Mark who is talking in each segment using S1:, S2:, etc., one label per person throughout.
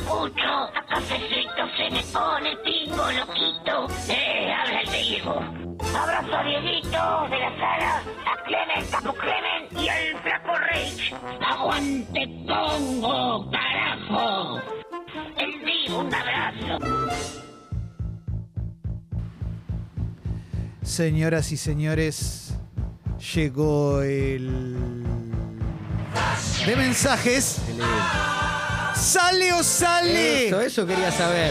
S1: mucho a cafecito se me pone pingo loquito. Eh, habla el Diego. Abrazo a Dieguito de la sala, a Clement, a tu Clement y al flaco Rage. Aguante Pongo, carajo. El Diego, un abrazo.
S2: Señoras y señores, llegó el. de mensajes. ¡Sale o sale!
S3: Eso, eso quería saber.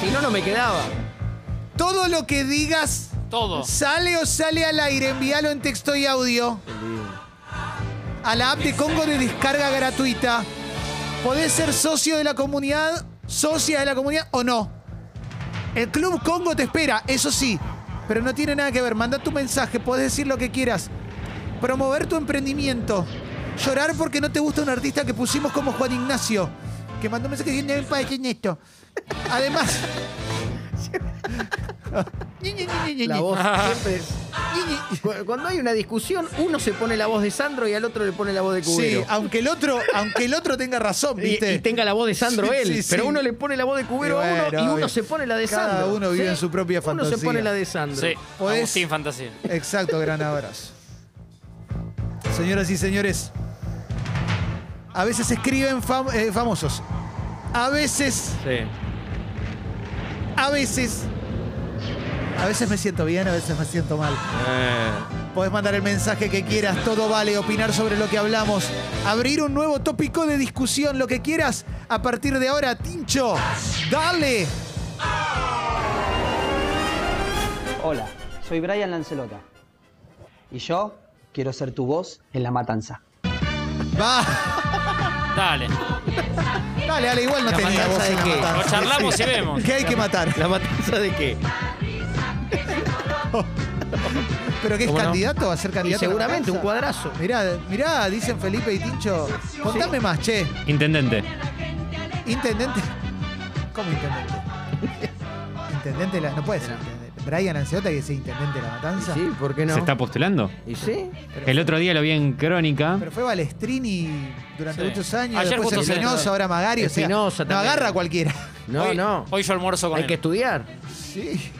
S3: Si no, no me quedaba.
S2: Todo lo que digas.
S4: Todo.
S2: Sale o sale al aire, envíalo en texto y audio. A la app de Congo de descarga gratuita. Podés ser socio de la comunidad, socia de la comunidad o no. El Club Congo te espera, eso sí. Pero no tiene nada que ver. Manda tu mensaje, podés decir lo que quieras. Promover tu emprendimiento. Llorar porque no te gusta un artista que pusimos como Juan Ignacio. Que mandó un mensaje diciendo, "Ven para aquí, esto. Además... Ñi, ñi, ñi, ñi,
S3: La
S2: ñi. Ah.
S3: voz siempre es- Cu- Cuando hay una discusión, uno se pone la voz de Sandro y al otro le pone la voz de
S2: Sí,
S3: Cubero.
S2: aunque el otro, aunque el otro tenga razón,
S3: Y-
S2: ¿viste?
S3: Y, tenga la voz de Sandro
S2: Sí,
S3: él.
S2: sí, sí.
S3: Pero uno le pone la voz de
S2: Y
S3: Cubero a uno
S2: bueno,
S3: y
S2: obvio.
S3: uno se pone la de
S2: Cada
S3: Sandro.
S2: uno vive en su propia
S3: Uno se
S2: fantasía.
S3: pone la de Sandro.
S4: Sí.
S2: Podés-
S4: Agustín Fantasía.
S2: Exacto, gran abrazo. Señoras y señores, a veces escriben fam- eh, famosos. A veces,
S3: Sí.
S2: a veces. A veces me siento bien, a veces me siento mal.
S3: Eh.
S2: Podés mandar el mensaje que quieras, todo vale, opinar sobre lo que hablamos, abrir un nuevo tópico de discusión, lo que quieras. A partir de ahora, Tincho, dale.
S5: Hola, soy Brian Lancelota. Y yo quiero ser tu voz en la matanza.
S2: Va.
S4: Dale.
S2: Dale, dale, igual no
S3: La
S2: tenía
S3: matanza
S2: voz en
S3: de
S2: la
S3: qué?
S2: matanza.
S4: Lo charlamos y vemos.
S2: ¿Qué hay que matar?
S3: ¿La matanza de qué?
S2: ¿Pero qué es
S3: ¿Cómo no?
S2: candidato? ¿Va a ser
S3: Y
S2: candidato?
S3: seguramente un
S2: cuadro.
S3: cuadrazo.
S2: Mirá, mirá, dicen Felipe y Tincho. Contame más, che.
S6: Intendente.
S2: Intendente. ¿Cómo intendente? intendente de la. No puede ser intendente. Brian Anceota que es intendente de la matanza.
S3: Sí, ¿por qué no?
S6: ¿Se está postulando?
S3: ¿Y sí?
S6: El otro día lo vi en Crónica.
S2: Pero fue Balestrini durante
S4: Sí.
S2: muchos años.
S4: Ayer
S2: después
S4: justo se-
S2: Espinosa, ahora Magari. O sea,
S3: Espinosa
S2: no
S3: también.
S2: agarra a cualquiera.
S3: No,
S4: Hoy-
S3: no.
S4: Hoy yo almuerzo con
S3: Hay que
S4: él.
S3: estudiar.
S2: Sí.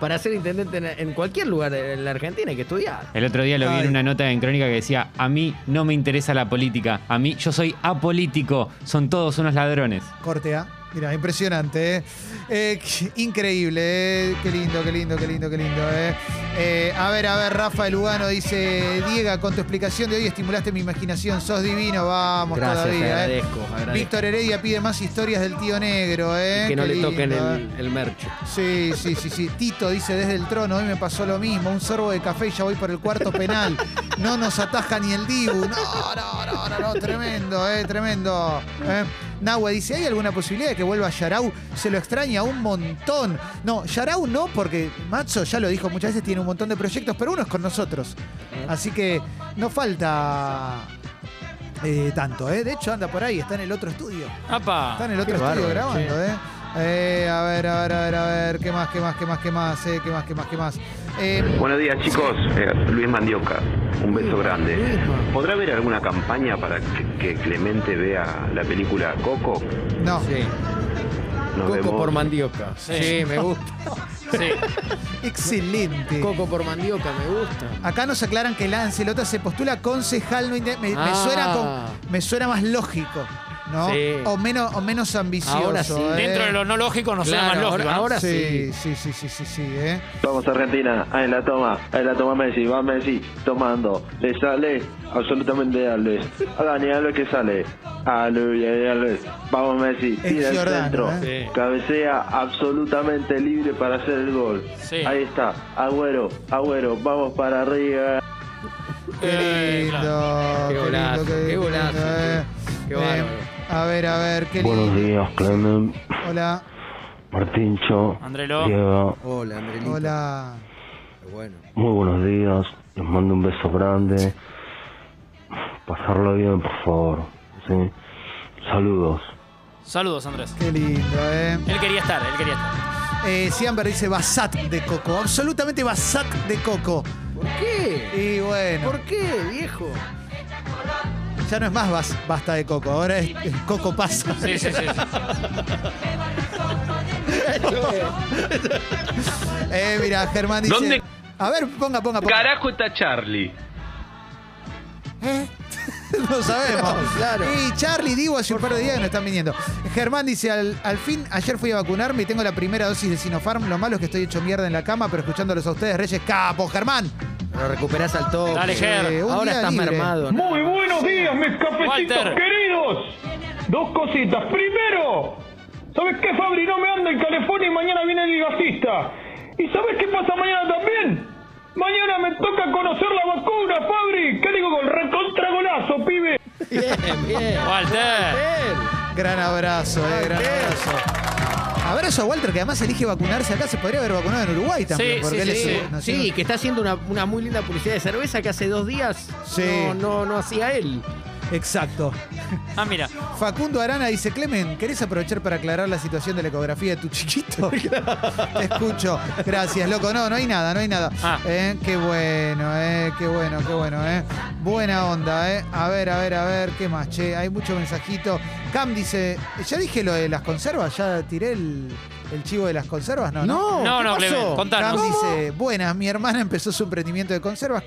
S3: Para ser intendente en, en cualquier lugar de la Argentina hay que estudiar.
S6: El otro día lo vi
S2: Ay.
S6: en una nota en Crónica que decía, a mí no me interesa la política, a mí yo soy apolítico, son todos unos ladrones.
S2: Corte A. Mira, impresionante, ¿eh? Eh, qué- Increíble, ¿eh? Qué lindo, qué lindo, qué lindo, qué lindo, ¿eh? Eh, A ver, a ver, Rafa de Lugano dice: Diega, con tu explicación de hoy estimulaste mi imaginación, sos divino, vamos
S3: Gracias,
S2: todavía, ¿eh?
S3: agradezco, agradezco.
S2: Víctor Heredia pide más historias del tío negro, ¿eh?
S3: que no
S2: Qué
S3: le
S2: lindo,
S3: toquen
S2: ¿eh?
S3: el, el merch.
S2: Sí, sí, sí, sí. Tito dice desde el trono, hoy me pasó lo mismo, un sorbo de café y ya voy por el cuarto penal. No nos ataja ni el Dibu. No, no, no, no, no, tremendo, eh, tremendo. Eh. Nahue dice, ¿hay alguna posibilidad de que vuelva Yarau? Se lo extraña un montón. No, Yarau no, porque Matzo ya lo dijo muchas veces, tiene un montón de proyectos, pero uno es con nosotros. Así que no falta eh, tanto, ¿eh? De hecho, anda por ahí, está en el otro estudio. Está
S4: ¡Apa!
S2: en el otro
S3: Qué
S2: estudio
S3: bárbaro,
S2: grabando,
S3: che.
S2: eh. Eh, a ver, a ver, a ver, a ver, ¿qué más, qué más, qué más, qué más, eh? ¿Qué más, qué más, qué más? Eh,
S7: Buenos días chicos, Eh, Luis Mandioca, un beso grande. ¿Podrá haber alguna campaña para que, que Clemente vea la película Coco?
S2: no.
S3: Sí.
S7: Nos
S3: Coco
S7: vemos.
S3: por mandioca. Sí.
S4: Sí.
S3: me gusta.
S4: Sí.
S2: Excelente.
S3: Coco por mandioca, me gusta.
S2: Acá nos aclaran que Lancelota se postula concejal. no inte- Me, me
S3: Ah.
S2: suena con- me suena más lógico, ¿no?
S3: Sí.
S2: O menos, o menos ambicioso.
S3: Ahora sí.
S2: eh.
S4: Dentro de lo no lógico nos suena
S3: Claro,
S4: más lógico.
S3: ahora-
S4: ¿no?
S3: ahora
S2: sí. Sí, sí, sí, sí, sí, eh.
S8: Vamos Argentina, ahí la toma, ahí la toma Messi, va Messi tomando, le sale absolutamente a Luis, a Dani Alves que sale, a Luis, a Luis, vamos Messi,
S2: Es
S8: tira el
S2: Giordano,
S8: centro,
S3: ¿eh? Sí.
S8: cabecea absolutamente libre para hacer el gol,
S4: Sí.
S8: ahí está, Agüero, Agüero, vamos para arriba.
S2: Qué
S4: Eh, claro.
S2: lindo,
S3: Qué golazo,
S2: lindo,
S3: qué golazo,
S2: lindo, eh.
S3: qué
S2: Eh,
S3: bárbaro.
S2: a ver, a ver, qué
S9: Buenos
S2: lindo.
S9: días, Clemen,
S2: Hola,
S9: Martincho,
S4: Andrelo.
S9: Diego.
S3: Hola, Andrelito.
S2: hola.
S3: Bueno.
S9: Muy buenos días, les mando un beso grande. Pasarlo bien, por favor. ¿sí? Saludos.
S4: Saludos, Andrés.
S2: Qué lindo, ¿eh?
S4: Él quería estar, él quería estar.
S2: eh Siamber dice basat de coco. Absolutamente basat de coco.
S3: ¿Por qué?
S2: Y bueno,
S3: ¿Por qué, viejo?
S2: Ya no es más bas- basta de Coco, ahora es es Coco pasa.
S4: Sí, sí, sí. sí.
S2: Eh, mira, Germán dice.
S7: ¿Dónde
S2: A ver, ponga, ponga, ponga.
S7: está Charlie?
S2: ¿Eh? No sabemos.
S3: Claro.
S2: Y Charlie, Divo, hace un par de días que nos están viniendo. Germán dice, al, al fin, ayer fui a vacunarme y tengo la primera dosis de Sinopharm. Lo malo es que estoy hecho mierda en la cama, pero escuchándolos a ustedes, Reyes, capo, Germán. Eh,
S3: Lo recuperás al toque.
S4: Dale, Ger.
S2: un
S3: Ahora
S2: día
S3: estás
S2: libre.
S3: mermado.
S10: Muy buenos días, mis cafecitos
S4: Walter.
S10: queridos. Dos cositas. Primero, ¿sabes qué, Fabri? No me anda en California y mañana viene el gasista. ¿Y sabes qué pasa mañana también? Mañana me toca conocer la vacuna, Fabri. ¿Qué digo? Con recontra golazo, pibe.
S3: Bien, bien.
S4: Walter.
S2: Gran abrazo, eh, gran abrazo. Abrazo a Walter, que además elige vacunarse acá. Se podría haber vacunado en Uruguay también.
S4: Sí,
S2: porque
S4: sí,
S2: él es,
S4: sí.
S2: eh, nació en-
S3: Sí, que está haciendo una, una muy linda publicidad de cerveza que hace dos días
S2: Sí.
S3: no, no, no hacía él.
S2: Exacto.
S4: Ah, mira.
S2: Facundo Arana dice, Clemen, ¿querés aprovechar para aclarar la situación de la ecografía de tu chiquito? Te escucho. Gracias, loco. No, no hay nada, no hay nada.
S4: Ah.
S2: Eh, qué bueno, eh, qué bueno, qué bueno, eh. Buena onda, eh. A ver, a ver, a ver, qué más, che. Hay mucho mensajito. Cam dice, ya dije lo de las conservas, ya tiré el, el chivo de las conservas, ¿no?
S4: No, no,
S3: ¿qué pasó?
S4: Clemen,
S2: Cam
S4: contanos.
S2: dice, buenas, mi hermana empezó su emprendimiento de conservas,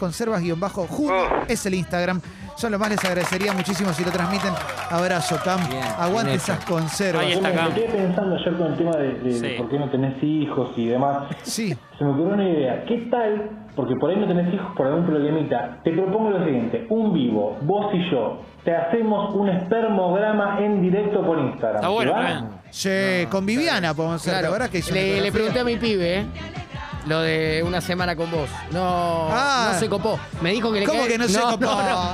S2: conservas-junio, es el Instagram. Yo lo más les agradecería muchísimo si lo transmiten. Abrazo, Cam.
S3: Bien,
S2: Aguante
S3: bien hecho.
S2: esas conservas.
S4: Ahí está
S10: Me
S4: acá.
S10: quedé pensando ayer con el tema de, de- de
S4: Sí.
S10: por qué no tenés hijos y demás.
S2: Sí,
S10: Se me ocurrió una idea. ¿Qué tal? Porque por ahí no tenés hijos por algún problemita. Te propongo lo siguiente. Un vivo, vos y yo, te hacemos un espermograma en directo por Instagram.
S4: Está
S10: ¿Te
S4: bueno,
S10: va?
S4: Clemen.
S2: che, con Viviana podemos hacer, ¿te acordás que hizo una
S3: le, le
S2: ecografía?
S3: pregunté a mi pibe, ¿eh? Lo de una semana con vos. No,
S2: Ah.
S3: no se copó. Me dijo que le
S2: ¿Cómo
S3: cae-
S2: que no se copó?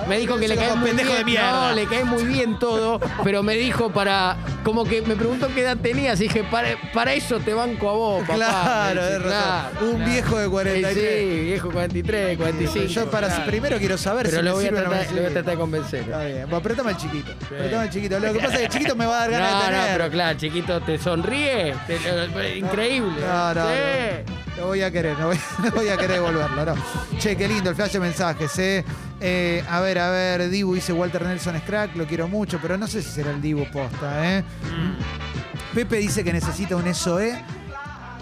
S3: Me dijo
S2: Se
S3: que le cae
S2: copó,
S3: muy
S2: pendejo
S3: bien.
S2: de mierda.
S3: No, le cae muy bien todo, pero me dijo para como que me preguntó qué edad tenías y dije, para, para eso te banco a vos, papá.
S2: Claro,
S3: Me dice,
S2: es razón. Un viejo de
S3: Sí,
S2: 43.
S3: Sí, viejo 43, 45.
S2: Yo para
S3: claro.
S2: primero quiero saber
S3: Pero
S2: si
S3: lo
S2: me
S3: voy, a
S2: sirve o no me
S3: tratar, lo voy a
S2: sirve.
S3: tratar de convencer.
S2: Está bien. Bueno, apretame al chiquito. Apretame al chiquito. Lo que pasa es que el chiquito me va a dar ganas
S3: no,
S2: de tener.
S3: no, pero claro, chiquito, te sonríe. te- increíble. ¿eh?
S2: No, no,
S3: Sí.
S2: no. No voy a querer, no voy, no voy a querer devolverlo, no. Che, qué lindo el flash de mensajes, ¿eh? Eh, a ver, a ver, Dibu dice Walter Nelson es crack, lo quiero mucho, pero no sé si será el Dibu posta, ¿eh?
S3: Mm.
S2: Pepe dice que necesita un SOE,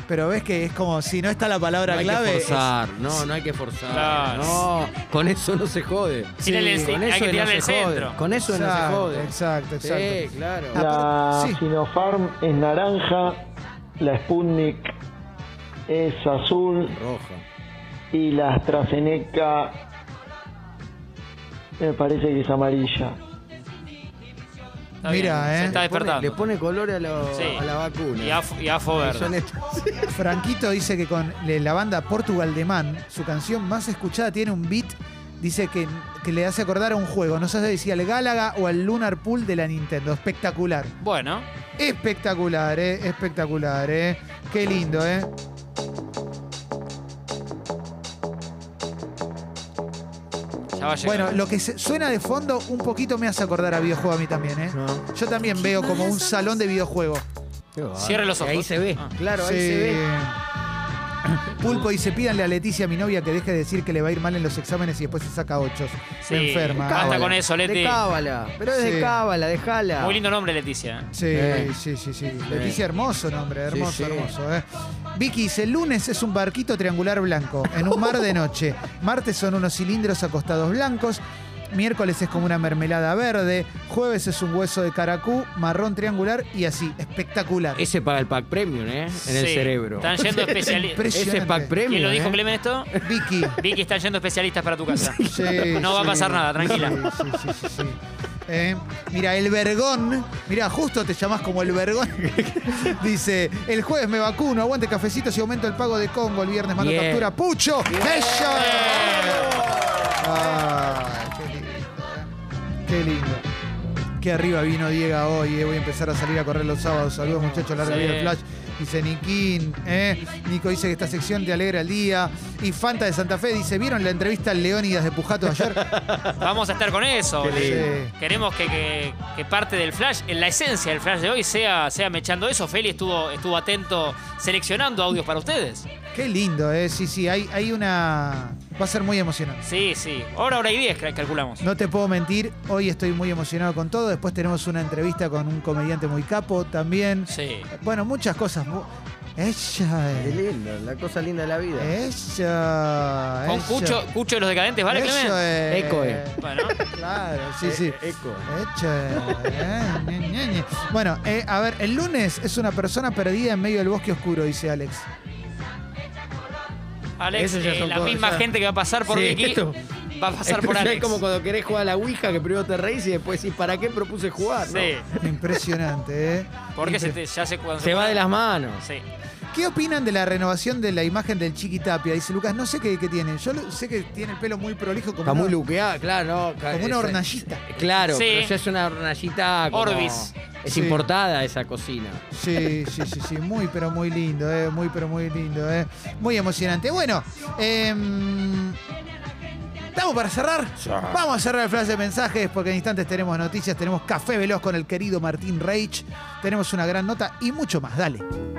S2: pero ves que es como si no está la palabra
S3: No hay
S2: clave.
S3: que
S2: es-
S3: forzar, no, no hay que forzar.
S4: Claro.
S3: No, con eso no se jode.
S4: Tírale el-
S3: con
S4: hay
S3: eso
S4: que tirarle
S3: no
S4: el
S3: se
S4: centro.
S3: jode. Con eso no se
S2: Exacto,
S3: jode.
S2: exacto, exacto.
S3: Sí, claro.
S2: Ah,
S10: La
S2: Sí.
S10: Sinopharm es naranja, la Sputnik es azul
S3: Roja.
S10: y la AstraZeneca me parece que es amarilla.
S4: Está bien,
S2: Mira, eh.
S4: Se está
S3: Le pone-
S4: despertando.
S3: Le pone color a, lo-
S4: Sí.
S3: a la vacuna.
S4: Y afo, y afo
S3: Y son
S4: verde.
S3: estos.
S2: este- Franquito dice que con le- la banda Portugal de Man, su canción más escuchada tiene un beat, dice que, que le hace acordar a un juego. No sé si al Galaga o al Lunar Pool de la Nintendo. Espectacular.
S4: Bueno,
S2: Espectacular, eh. Espectacular, eh. Qué lindo, eh.
S4: ya va a llegar.
S2: Bueno, lo que se- suena de fondo un poquito me hace acordar a videojuego a mí también, eh.
S3: No.
S2: Yo también veo como un salón de videojuego.
S3: Qué bárbaro.
S4: Cierre los ojos.
S3: Ahí se ve.
S4: Ah.
S3: Claro, ahí
S2: Sí.
S3: se ve.
S2: Pulpo dice, pídanle a Leticia, mi novia, que deje de decir que le va a ir mal en los exámenes y después se saca ocho.
S4: Sí,
S2: Se enferma. Ah,
S4: basta
S2: Ahora.
S4: con eso,
S3: De
S4: Leti.
S3: cábala. Pero es
S2: Sí.
S3: de cábala, déjala.
S4: Muy lindo nombre, Leticia. eh.
S2: Sí,
S3: Eh.
S2: sí, sí, sí. Leticia, hermoso nombre, hermoso,
S3: Sí, sí.
S2: hermoso. eh. Vicky dice, el lunes es un barquito triangular blanco, en un mar de noche. Martes son unos cilindros acostados blancos. Miércoles es como una mermelada verde. Jueves es un hueso de caracú, marrón triangular y así. Espectacular.
S3: Ese paga el pack premium, ¿eh? En el
S4: Sí,
S3: cerebro.
S4: Están yendo especialistas.
S3: Ese es pack premium.
S4: ¿Quién lo dijo,
S3: ¿eh?
S4: Clemen, esto?
S2: Vicky.
S4: Vicky, están yendo especialistas para tu casa.
S2: Sí,
S4: No va a
S2: sí.
S4: pasar nada, tranquila.
S2: Sí, sí, sí, sí, sí. Eh, mira, el vergón. Mira, justo te llamás como el vergón. Dice, el jueves me vacuno, aguante cafecitos y aumento el pago de Congo. El viernes mando
S3: Bien.
S2: captura. ¡Pucho! ¡Eso! Ay, qué lindo, eh. Qué lindo. Qué arriba vino Diego hoy, eh. voy a empezar a salir a correr los sábados. Saludos muchachos, larga
S4: Sí.
S2: vida el flash. Dice Niquín, eh. Nico dice que esta sección te alegra el día. Y Fanta de Santa Fe dice, ¿vieron la entrevista al Leónidas de Pujato ayer?
S4: Vamos a estar con eso.
S3: Qué
S4: Leti.
S2: lindo.
S4: Queremos que, que- que parte del flash, en la esencia del flash de hoy, sea, sea mechando eso. Feli estuvo, estuvo atento seleccionando audios para ustedes.
S2: Qué lindo, ¿eh? Sí, sí, hay, hay una... Va a ser muy emocionante.
S4: Sí, sí. Hora, hora y diez cal- calculamos.
S2: No te puedo mentir, hoy estoy muy emocionado con todo. Después tenemos una entrevista con un comediante muy capo también.
S4: Sí.
S2: Bueno, muchas cosas. mu- Ella,
S3: Qué
S2: eh,
S3: lindo, la cosa linda de la vida.
S4: ¿Eh?
S2: ella.
S4: Con
S2: ella.
S4: Cucho, Cucho de los Decadentes, ¿vale,
S2: Eso
S4: Clemen? eh.
S2: es. Ecoe.
S4: Bueno,
S2: Claro,
S4: Eh,
S2: sí, sí.
S3: Eh, Eco.
S2: Echa, eh, ñe, ñe, ñe. Bueno, eh, a ver, el lunes es una persona perdida en medio del bosque oscuro, dice Alex.
S4: Alex,
S3: Eso ya
S4: eh,
S3: son
S4: la
S3: cosas.
S4: misma gente que va a pasar por
S3: Sí,
S4: aquí
S3: esto-
S4: va a pasar
S3: Esto
S4: por
S3: ya
S4: Alex.
S3: Es como cuando querés jugar a la Ouija, que primero te reís y después decís, ¿para qué propuse jugar? no?
S4: Sí,
S2: Impresionante, ¿eh?
S4: porque se te, ya se cuando
S3: Se va de las manos.
S4: Sí.
S2: ¿Qué opinan de la renovación de la imagen del Chiquitapia? Dice Lucas, no sé qué, qué tiene. Yo lo- sé que tiene el pelo muy prolijo, como,
S3: Está
S2: una,
S3: muy luqueada, claro, no. ca-
S2: como una
S3: es- eh,
S2: hornallita.
S3: Claro,
S4: Sí.
S3: pero ya es una hornallita. como-
S4: Orbis.
S3: Es
S2: Sí.
S3: importada esa cocina.
S2: Sí, sí, sí, sí, muy pero muy lindo, eh, muy pero muy lindo, eh. muy emocionante. Bueno, em, ¿estamos para cerrar? Vamos a cerrar el flash de mensajes porque en instantes tenemos noticias, tenemos Café Veloz con el querido Martín Reich, tenemos una gran nota y mucho más, dale.